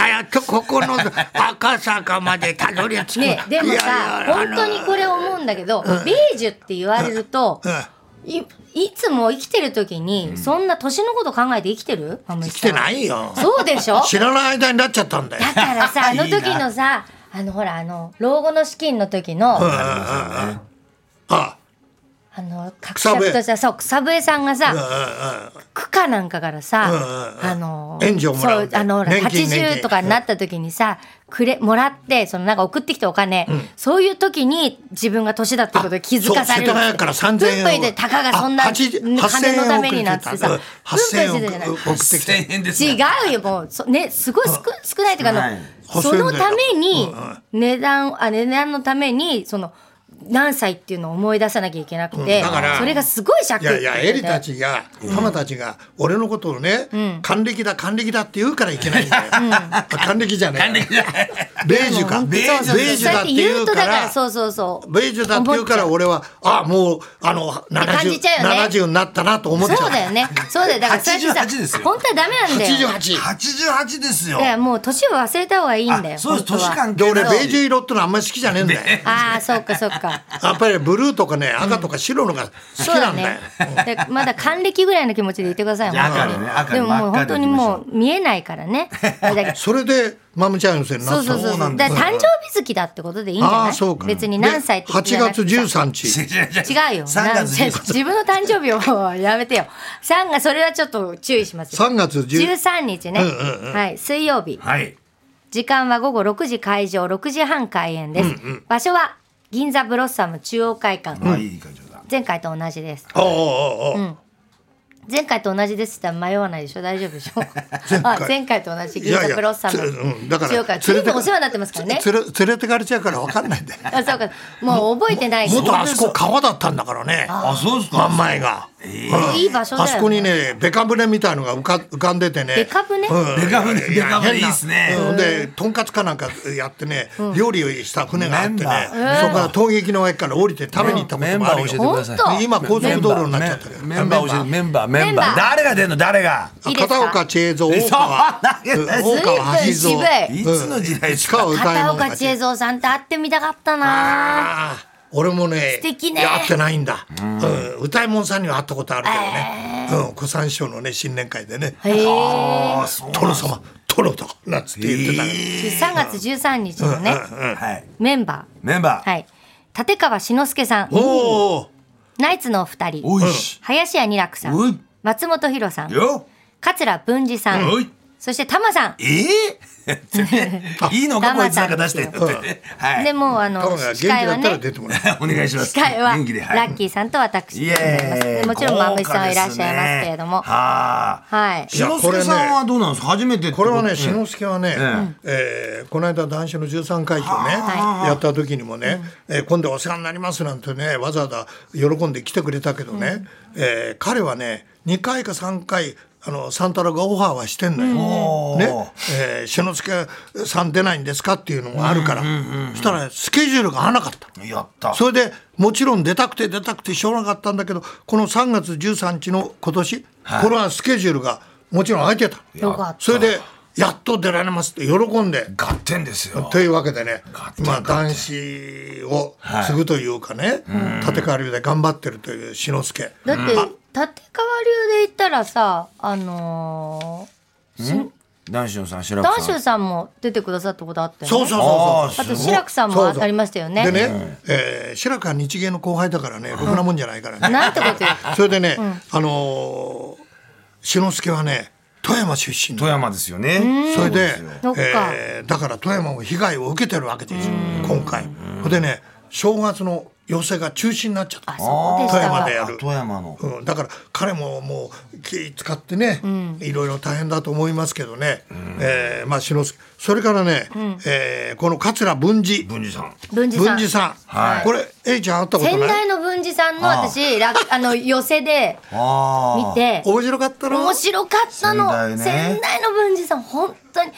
[SPEAKER 4] やっとここの赤坂までたどり着く。
[SPEAKER 1] ねえでも
[SPEAKER 4] い
[SPEAKER 1] さ
[SPEAKER 4] やいやあ
[SPEAKER 1] 本
[SPEAKER 4] の
[SPEAKER 1] 当にこれ思うんだけど、ベージュって言われると、いいつも生きてる時にそんな年のこと考えて生きてる生
[SPEAKER 4] 来てないよ。
[SPEAKER 1] そうでしょ
[SPEAKER 4] 知らない間になっちゃったんだよ。
[SPEAKER 1] だからさあの時のさあのほらあの老後の資金の時の、
[SPEAKER 4] あ、
[SPEAKER 1] あの格作としたそう草笛さんがさ、区下なんかからさ、あの
[SPEAKER 4] 援助をもらうん
[SPEAKER 1] そ
[SPEAKER 4] だ
[SPEAKER 1] あのほら
[SPEAKER 4] 年金年
[SPEAKER 1] 80
[SPEAKER 4] 金
[SPEAKER 1] とかになった時にさくれもらってそのなんか送ってきたお金、そういう時に自分が年だってことで気づかされる
[SPEAKER 4] そう世田谷から3000円を
[SPEAKER 1] 分配でたかがそんな
[SPEAKER 4] あ80 8000
[SPEAKER 1] 金のためになってさ
[SPEAKER 4] 円
[SPEAKER 1] 分
[SPEAKER 4] を8000
[SPEAKER 1] 配
[SPEAKER 4] 円
[SPEAKER 1] し
[SPEAKER 4] を
[SPEAKER 1] てたじゃない。
[SPEAKER 4] 送ってきて。
[SPEAKER 2] 1000円ですね
[SPEAKER 1] 違うよもうそねすごい少少ないというかあ
[SPEAKER 2] はい
[SPEAKER 1] のそのために値段あ値段のためにその何歳っていうのを思い出さなきゃいけなくて
[SPEAKER 4] うんだから
[SPEAKER 1] それがすごい尺
[SPEAKER 4] いやいや、エリたちが、タマたちが、俺のことをね、還暦だ、還暦だって言うからいけないんだよ。あ還暦じゃねえ。還暦ベージュか。
[SPEAKER 1] そう
[SPEAKER 4] ベージ
[SPEAKER 1] そう
[SPEAKER 4] ュだ
[SPEAKER 1] そ
[SPEAKER 4] って
[SPEAKER 1] う
[SPEAKER 4] 言
[SPEAKER 1] やと
[SPEAKER 4] うか
[SPEAKER 1] だから
[SPEAKER 4] ら。
[SPEAKER 1] そうそうそう
[SPEAKER 4] ベージュだって言うから
[SPEAKER 1] 思っ
[SPEAKER 4] 俺はあもうあの
[SPEAKER 1] 感じちゃうよね
[SPEAKER 4] 7070になったなと思っち
[SPEAKER 1] ちゃうそう
[SPEAKER 4] ゃ
[SPEAKER 1] うだよねそうだよだからそうやって
[SPEAKER 2] 88です
[SPEAKER 1] さ
[SPEAKER 2] よ
[SPEAKER 1] 本当はダメなんだよ
[SPEAKER 4] 88
[SPEAKER 2] 88ですよ
[SPEAKER 1] だからもう年を忘れた方がいいんだよ
[SPEAKER 2] あそうです
[SPEAKER 1] 本当は
[SPEAKER 2] 年関
[SPEAKER 4] で
[SPEAKER 2] 係
[SPEAKER 4] 俺
[SPEAKER 2] な
[SPEAKER 4] ベ
[SPEAKER 2] い
[SPEAKER 4] ージュ色ってのはあんまり好きじゃねえんだよ
[SPEAKER 1] ああそうかそうか
[SPEAKER 4] やっぱりブルーとかね赤とか白のが好き
[SPEAKER 1] そう
[SPEAKER 4] な
[SPEAKER 1] だ
[SPEAKER 4] んだよ
[SPEAKER 1] ね。でまだ還暦ぐらいの気持ちでいてください
[SPEAKER 2] いや
[SPEAKER 1] 本当に
[SPEAKER 2] 赤でね赤
[SPEAKER 1] で
[SPEAKER 2] で
[SPEAKER 1] ももう
[SPEAKER 2] 真っ
[SPEAKER 1] 本
[SPEAKER 2] 赤
[SPEAKER 1] 当
[SPEAKER 2] で
[SPEAKER 1] に
[SPEAKER 2] いきましょう
[SPEAKER 1] もう見えないからね。あれだけ
[SPEAKER 4] それでマムチャイムスにな
[SPEAKER 1] そう
[SPEAKER 4] っ
[SPEAKER 1] そ
[SPEAKER 4] た
[SPEAKER 1] うそう
[SPEAKER 2] そうなん
[SPEAKER 1] だ
[SPEAKER 2] です
[SPEAKER 1] から誕生日好きだってことでいいんじゃ
[SPEAKER 4] あ
[SPEAKER 1] な
[SPEAKER 4] あ
[SPEAKER 1] い
[SPEAKER 4] そうか
[SPEAKER 1] 別に何歳って
[SPEAKER 4] 8月
[SPEAKER 1] 日
[SPEAKER 4] 13日
[SPEAKER 1] 違うよ
[SPEAKER 2] 3
[SPEAKER 1] なん
[SPEAKER 2] 月
[SPEAKER 1] せ
[SPEAKER 2] 13
[SPEAKER 1] 自分の誕生日を <laughs> やめてよ3がそれはちょっと注意しますよ
[SPEAKER 4] 3月10
[SPEAKER 1] 13日ね、はい、水曜日
[SPEAKER 2] はい
[SPEAKER 1] 時間は午後6時開場6時半開演です、場所は銀座ブロッサム中央会館、
[SPEAKER 2] まあいい感じだ
[SPEAKER 1] 前回と同じです
[SPEAKER 4] おうおうおう
[SPEAKER 1] 前回と同じですって言ったら迷わないでしょ大丈夫でし
[SPEAKER 4] <laughs>
[SPEAKER 1] ょあ前回と同じ銀
[SPEAKER 4] いやい
[SPEAKER 1] 座
[SPEAKER 4] や
[SPEAKER 1] ブロッサム
[SPEAKER 4] つうんだから
[SPEAKER 1] 中央会
[SPEAKER 4] 連
[SPEAKER 1] ず
[SPEAKER 4] れ
[SPEAKER 1] ってとお世話になってますからね
[SPEAKER 4] つれ連れてかれちゃうから分かんないんだよ
[SPEAKER 1] あそうかもう覚えてない
[SPEAKER 4] 元あそこ川だったんだからね
[SPEAKER 2] あそうです
[SPEAKER 4] 真
[SPEAKER 2] か
[SPEAKER 4] ん前が
[SPEAKER 1] うんいい場所だよ
[SPEAKER 4] あ
[SPEAKER 1] ね
[SPEAKER 4] そこにねベカ舟みたいのが浮か浮かんでてね
[SPEAKER 1] デカ舟
[SPEAKER 4] うん
[SPEAKER 2] デカ舟
[SPEAKER 4] いや
[SPEAKER 2] デカ舟
[SPEAKER 4] 変ない
[SPEAKER 2] いっすね
[SPEAKER 4] うんでとんかつかなんかやってね料理をした船があってね
[SPEAKER 2] メン
[SPEAKER 4] そ
[SPEAKER 2] バー
[SPEAKER 4] こから陶劇の上から降りて食べに行ったこ
[SPEAKER 2] メ
[SPEAKER 4] と
[SPEAKER 2] ン
[SPEAKER 4] も
[SPEAKER 2] バ
[SPEAKER 4] あ
[SPEAKER 2] ー
[SPEAKER 4] る
[SPEAKER 2] 教えて
[SPEAKER 4] よ
[SPEAKER 2] ください
[SPEAKER 1] ほんと
[SPEAKER 4] 今高速道路になっちゃったけど
[SPEAKER 2] メンバー教えてメンバーメンバ
[SPEAKER 1] メンバー
[SPEAKER 2] ー誰が出んの誰が
[SPEAKER 1] いいですか
[SPEAKER 4] 片岡千恵蔵
[SPEAKER 2] え
[SPEAKER 4] 大
[SPEAKER 2] そう
[SPEAKER 4] 川
[SPEAKER 2] なんか
[SPEAKER 4] うん大川
[SPEAKER 1] ずいぶん
[SPEAKER 4] 橋
[SPEAKER 1] 渋い
[SPEAKER 4] 蔵
[SPEAKER 2] いつの時代ですか
[SPEAKER 4] うん市川歌右衛
[SPEAKER 1] 片
[SPEAKER 4] 門
[SPEAKER 1] 岡
[SPEAKER 4] たち
[SPEAKER 1] 千恵蔵さんって会ってみたかったな
[SPEAKER 4] ああ俺もね
[SPEAKER 1] 素敵ね
[SPEAKER 4] いや会ってないんだ、うん歌いもんさんには会ったことあるけどね、うん、小三師匠のね新年会でね
[SPEAKER 1] へえ
[SPEAKER 2] あそう
[SPEAKER 4] 「殿様殿と」なんつって言ってたから、
[SPEAKER 1] 3月13日のね
[SPEAKER 2] はい
[SPEAKER 1] メンバ
[SPEAKER 2] メンバ
[SPEAKER 1] ー
[SPEAKER 2] ー
[SPEAKER 1] はい立川志の輔さん
[SPEAKER 4] おお
[SPEAKER 1] ナイツのお二人
[SPEAKER 2] おいし
[SPEAKER 1] 林家二楽さ
[SPEAKER 2] お
[SPEAKER 1] ん
[SPEAKER 2] い
[SPEAKER 1] 松本博さん
[SPEAKER 2] よ
[SPEAKER 1] 桂文治さ
[SPEAKER 2] お
[SPEAKER 1] ん
[SPEAKER 2] い
[SPEAKER 1] そしてタマさん
[SPEAKER 2] え
[SPEAKER 1] <laughs>
[SPEAKER 2] ーいいのかこいつなんか出してる
[SPEAKER 1] 黙
[SPEAKER 2] って <laughs> は
[SPEAKER 1] で
[SPEAKER 2] い
[SPEAKER 1] もうあの
[SPEAKER 4] 玉が元気
[SPEAKER 1] 司会
[SPEAKER 4] だ
[SPEAKER 1] は
[SPEAKER 4] ったら
[SPEAKER 1] ね
[SPEAKER 4] 出てもらう、
[SPEAKER 2] お願いします
[SPEAKER 1] 司会はラ
[SPEAKER 2] 元気ではい
[SPEAKER 1] ッキーさんと私
[SPEAKER 2] イ
[SPEAKER 1] でございます
[SPEAKER 2] エーイ
[SPEAKER 1] もちろんまむしさんはいらっしゃいますけれども
[SPEAKER 2] 豪華ですねはあ
[SPEAKER 1] はい
[SPEAKER 4] いや
[SPEAKER 2] 志の輔さんはどうなんですか初めてって
[SPEAKER 4] これはね
[SPEAKER 2] と
[SPEAKER 4] 志の輔はね、えーこの間男子の13回忌をねやった時にもね、えー今度お世話になります」なんてねわざわざ喜んで来てくれたけどね、えー彼はね2回か3回あのサンタラがオファーはしてんのよ。
[SPEAKER 2] おー
[SPEAKER 4] ねえー、志の輔さん出ないんですかっていうのがあるから、そしたらねスケジュールが合わなかった。
[SPEAKER 2] やった
[SPEAKER 4] それでもちろん出たくて出たくてしょうがなかったんだけどこの3月13日の今年、これはスケジュールがもちろん空いてた
[SPEAKER 1] よかった
[SPEAKER 4] それでやっと出られますって喜んで
[SPEAKER 2] 合点ですよ
[SPEAKER 4] というわけでね
[SPEAKER 2] 勝手に
[SPEAKER 4] まあ男子を継ぐというかね、立川流で頑張ってるという志の輔
[SPEAKER 1] だって立川流で言ったらさあのーし
[SPEAKER 2] 男子のさん白
[SPEAKER 1] ダ
[SPEAKER 2] く
[SPEAKER 1] ンシ
[SPEAKER 2] さ
[SPEAKER 1] ュ
[SPEAKER 2] ん
[SPEAKER 1] さんも出てくださったことあったよね
[SPEAKER 4] そうそう
[SPEAKER 2] あ
[SPEAKER 4] そ
[SPEAKER 2] あす
[SPEAKER 4] うそう
[SPEAKER 1] あと
[SPEAKER 2] ごい
[SPEAKER 1] 志らくさんもありましたよね
[SPEAKER 4] でね、えー、白川日芸の後輩だからねろくなもんじゃないからね、
[SPEAKER 1] なんてこと言う
[SPEAKER 4] <laughs> それでね、あのー、志の輔はね富山出身
[SPEAKER 2] 富
[SPEAKER 4] なの
[SPEAKER 2] 山ですよね
[SPEAKER 4] それで
[SPEAKER 1] そっか
[SPEAKER 4] えーだから富山も被害を受けてるわけですよ今回それでね正月の寄せが中止になっちゃった
[SPEAKER 1] あそうでし
[SPEAKER 4] 富
[SPEAKER 1] た
[SPEAKER 4] 山
[SPEAKER 1] か
[SPEAKER 4] でやる
[SPEAKER 2] 富山の
[SPEAKER 4] うん、だから彼ももう気使ってね、いろいろ大変だと思いますけどね、えーまあ篠介それからね、えーこの桂文治
[SPEAKER 2] 文治さん
[SPEAKER 1] 文治さん
[SPEAKER 4] 文治さん、
[SPEAKER 2] はい
[SPEAKER 4] これエイちゃん会ったことない
[SPEAKER 1] 先代の文軍司さんの私らあの寄せで
[SPEAKER 2] あー
[SPEAKER 1] 見て
[SPEAKER 4] 面白かったろ
[SPEAKER 1] 面白かったの
[SPEAKER 2] 仙台ね
[SPEAKER 1] 仙台の文治さん本当に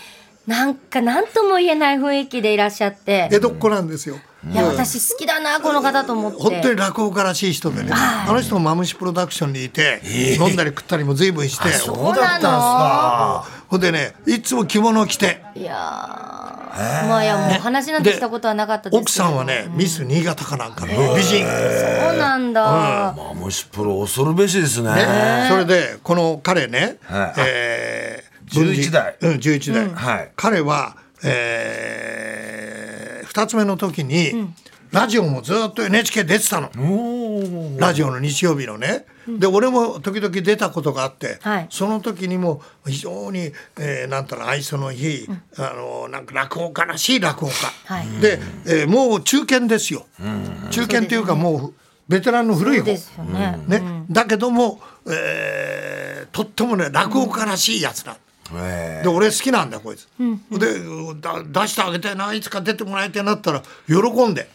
[SPEAKER 1] なんか何とも言えない雰囲気でいらっしゃって
[SPEAKER 4] 江戸っ子なんですよ。
[SPEAKER 1] いや私好きだなこの方と思って
[SPEAKER 4] 本当に落語家らしい人でね、あの人もマムシプロダクションにいて、飲んだり食ったりも随分して、
[SPEAKER 2] そうだったんすか
[SPEAKER 4] ほんでね、いつも着物を着て、
[SPEAKER 1] いやーまあいやもう話なんてしたことはなかったです
[SPEAKER 4] 奥さんはね、ミス新潟かなんかの美人。
[SPEAKER 1] そうなんだ
[SPEAKER 2] マムシプロ恐るべしですね
[SPEAKER 4] ね、それでこの彼ね、
[SPEAKER 2] はい
[SPEAKER 4] えー
[SPEAKER 2] 11代
[SPEAKER 4] うん、11代、
[SPEAKER 2] はい
[SPEAKER 4] 彼は、えー、2つ目の時に、ラジオもずっと NHK 出てたの、ラジオの日曜日のね、で俺も時々出たことがあって、
[SPEAKER 1] はい
[SPEAKER 4] その時にも非常に、えー、なんたら愛想のいい、あのなんか落語家らしい落語家、
[SPEAKER 1] はい
[SPEAKER 4] で、えーもう中堅ですよ、中堅っていうかもうベテランの古い
[SPEAKER 1] そう
[SPEAKER 4] 方
[SPEAKER 1] ですよね
[SPEAKER 4] ね、だけども、えーとってもね落語家らしいやつだ、
[SPEAKER 2] え
[SPEAKER 4] で俺好きなんだよこいつ、でだ出してあげたいないつか出てもらいたいなったら喜んで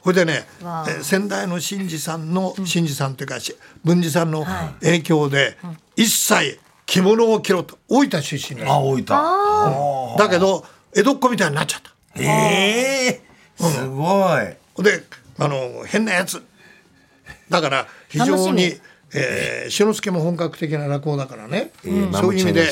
[SPEAKER 4] ほいでね、え
[SPEAKER 1] わあ
[SPEAKER 4] ー先代の新次さんの新次さんというかし文治さんの影響で、一切着物を着ろと大分出身
[SPEAKER 2] ー、あ
[SPEAKER 4] なの
[SPEAKER 2] 置いた
[SPEAKER 4] だけど江戸っ子みたいになっちゃった
[SPEAKER 2] ええー、すごい
[SPEAKER 4] であの変なやつだから非常
[SPEAKER 1] 楽し
[SPEAKER 4] にえー志の輔も本格的な落語だからね、
[SPEAKER 2] ん
[SPEAKER 4] そういう意味で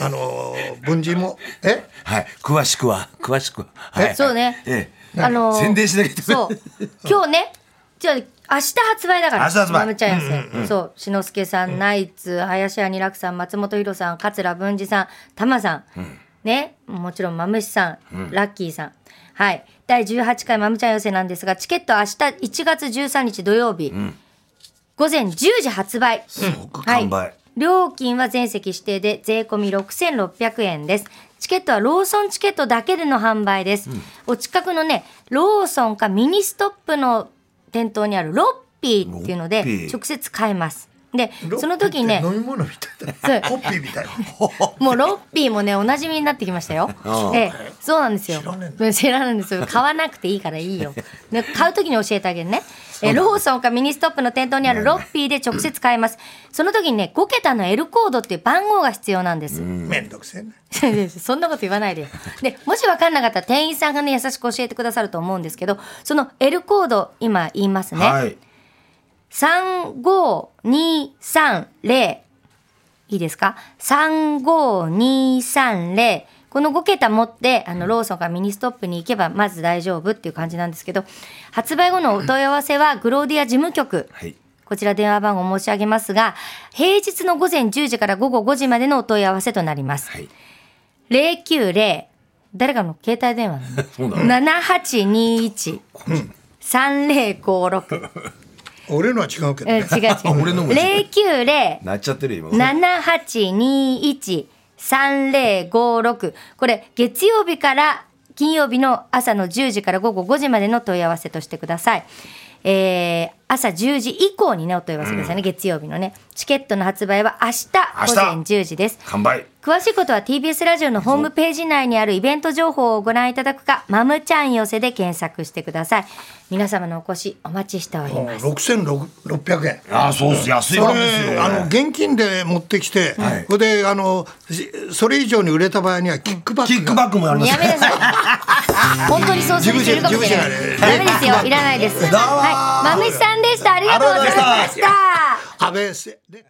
[SPEAKER 2] まあも
[SPEAKER 4] あのー文人もえ
[SPEAKER 2] はい詳しくは詳しくは、はい、
[SPEAKER 1] そうね
[SPEAKER 2] ええ
[SPEAKER 1] あのー
[SPEAKER 2] 宣伝しなきゃいけない <laughs>
[SPEAKER 1] そう今日ねじゃあ明日発売だから
[SPEAKER 2] 明日発売
[SPEAKER 1] マムチャヤセそう志の輔さん、ナイツ林家二楽さん松本博さん桂文治さん玉さん、ねもちろんマムシさん、ラッキーさんはい第18回マムチャヤ寄せなんですがチケットは明日1月13日土曜日、午前10時発売
[SPEAKER 2] ごく完売
[SPEAKER 1] はい料金は全席指定で税込み6600円です。チケットはローソンチケットだけでの販売です。お近くのね、ローソンかミニストップの店頭にあるロッピーっていうの
[SPEAKER 2] ロッピ
[SPEAKER 1] で
[SPEAKER 2] ー
[SPEAKER 1] 直接買えます。で、その時にね
[SPEAKER 4] ロッ、ピーって飲み物みたい
[SPEAKER 1] そう
[SPEAKER 4] なコッピーみたいな
[SPEAKER 1] もうロッピーもね、おなじみになってきましたよ。ええ、そうなんですよ。知ら
[SPEAKER 4] ね
[SPEAKER 1] ないんですよ。買わなくていいからいいよ。ね、買う時に教えてあげるね。えローソンかミニストップの店頭にあるロッピーで直接買えます。その時にね、5桁の L コードっていう番号が必要なんです。
[SPEAKER 4] めんどくせえ
[SPEAKER 1] <laughs>
[SPEAKER 4] な
[SPEAKER 1] そんなこと言わないでよ。で、もし分かんなかったら店員さんがね、優しく教えてくださると思うんですけど、その L コード、今言いますね。
[SPEAKER 2] はい
[SPEAKER 1] 35230いいですか35230この5桁持ってあのローソンかミニストップに行けばまず大丈夫っていう感じなんですけど発売後のお問い合わせはグローディア事務局、
[SPEAKER 2] はい
[SPEAKER 1] こちら電話番号申し上げますが平日の午前10時から午後5時までのお問い合わせとなります、
[SPEAKER 2] はい
[SPEAKER 1] 090誰かの携帯電話
[SPEAKER 2] <laughs> そうだ
[SPEAKER 1] なの78213056
[SPEAKER 4] 俺のは違うけど
[SPEAKER 1] うん違う
[SPEAKER 4] ね、
[SPEAKER 2] <laughs>
[SPEAKER 1] 違う。
[SPEAKER 2] 俺のも違う
[SPEAKER 1] 零九零
[SPEAKER 2] なっちゃってるよ今
[SPEAKER 1] 七八二一三零五六。これ月曜日から金曜日の朝の十時から午後五時までの問い合わせとしてください。えー、朝10時以降にねお問い合わせくださいね、月曜日のねチケットの発売は明日
[SPEAKER 2] 明日
[SPEAKER 1] 午前10時です
[SPEAKER 2] 完売
[SPEAKER 1] 詳しいことは TBS ラジオのホームページ内にあるイベント情報をご覧いただくか「マムちゃん寄せ」で検索してください皆様のお越しお待ちしております
[SPEAKER 4] 六千六百円
[SPEAKER 2] ああそうっす安い
[SPEAKER 4] こ
[SPEAKER 2] わ
[SPEAKER 4] れ
[SPEAKER 2] けですよ
[SPEAKER 4] あの現金で持ってきて、
[SPEAKER 2] はい
[SPEAKER 4] それであのしそれ以上に売れた場合にはキックバック
[SPEAKER 2] キ
[SPEAKER 4] が
[SPEAKER 2] ックバックもあります
[SPEAKER 1] やめなさい。 <laughs> 本当にそうする人いるかもしれない
[SPEAKER 4] 事。
[SPEAKER 1] ダメですよ。いらないです。
[SPEAKER 2] だわー
[SPEAKER 1] はい、まむしさんでした。ありがとうございました。
[SPEAKER 4] 安倍せで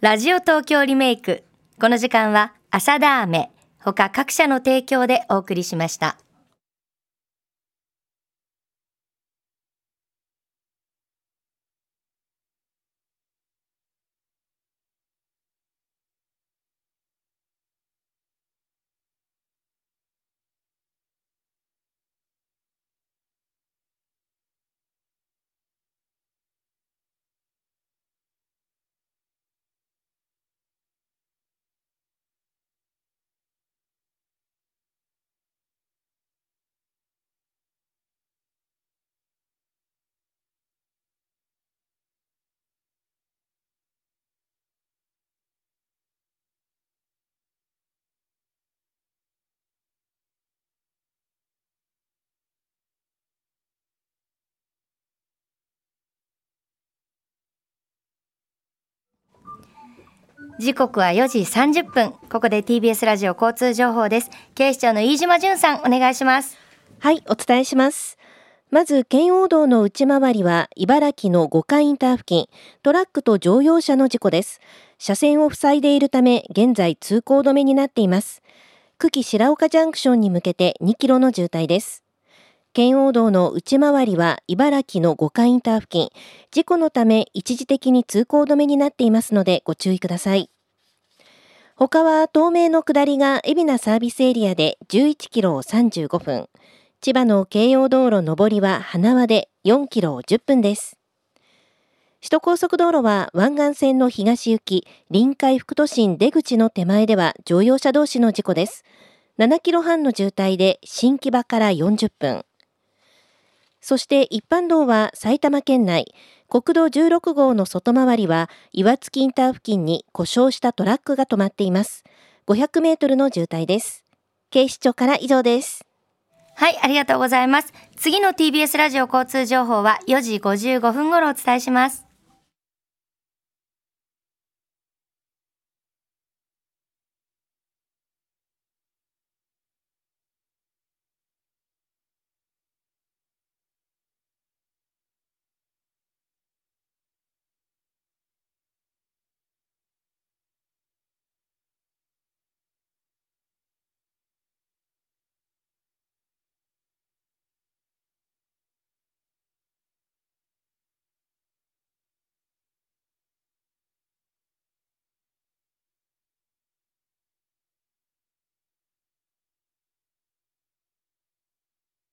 [SPEAKER 1] ラジオ東京リメイク。この時間は朝田飴、他各社の提供でお送りしました。時刻は4時30分ここで TBS ラジオ交通情報です警視庁の飯島淳さんお願いします
[SPEAKER 5] はい、お伝えします。まず、圏央道の内回りは、茨城の五回インター付近、トラックと乗用車の事故です。車線を塞いでいるため、現在通行止めになっています。久喜白岡ジャンクションに向けて2キロの渋滞です。圏央道の内回りは、茨城の五回インター付近、事故のため一時的に通行止めになっていますので、ご注意ください。他は、東名の下りが海老名サービスエリアで11キロを35分、千葉の京葉道路上りは花輪で4キロを10分です。首都高速道路は湾岸線の東行き、臨海副都心出口の手前では乗用車同士の事故です。7キロ半の渋滞で新木場から40分。そして一般道は埼玉県内、国道16号の外回りは岩槻インター付近に故障したトラックが止まっています。500メートルの渋滞です。警視庁から以上です。
[SPEAKER 1] はいありがとうございます次の TBS ラジオ交通情報は4時55分頃お伝えします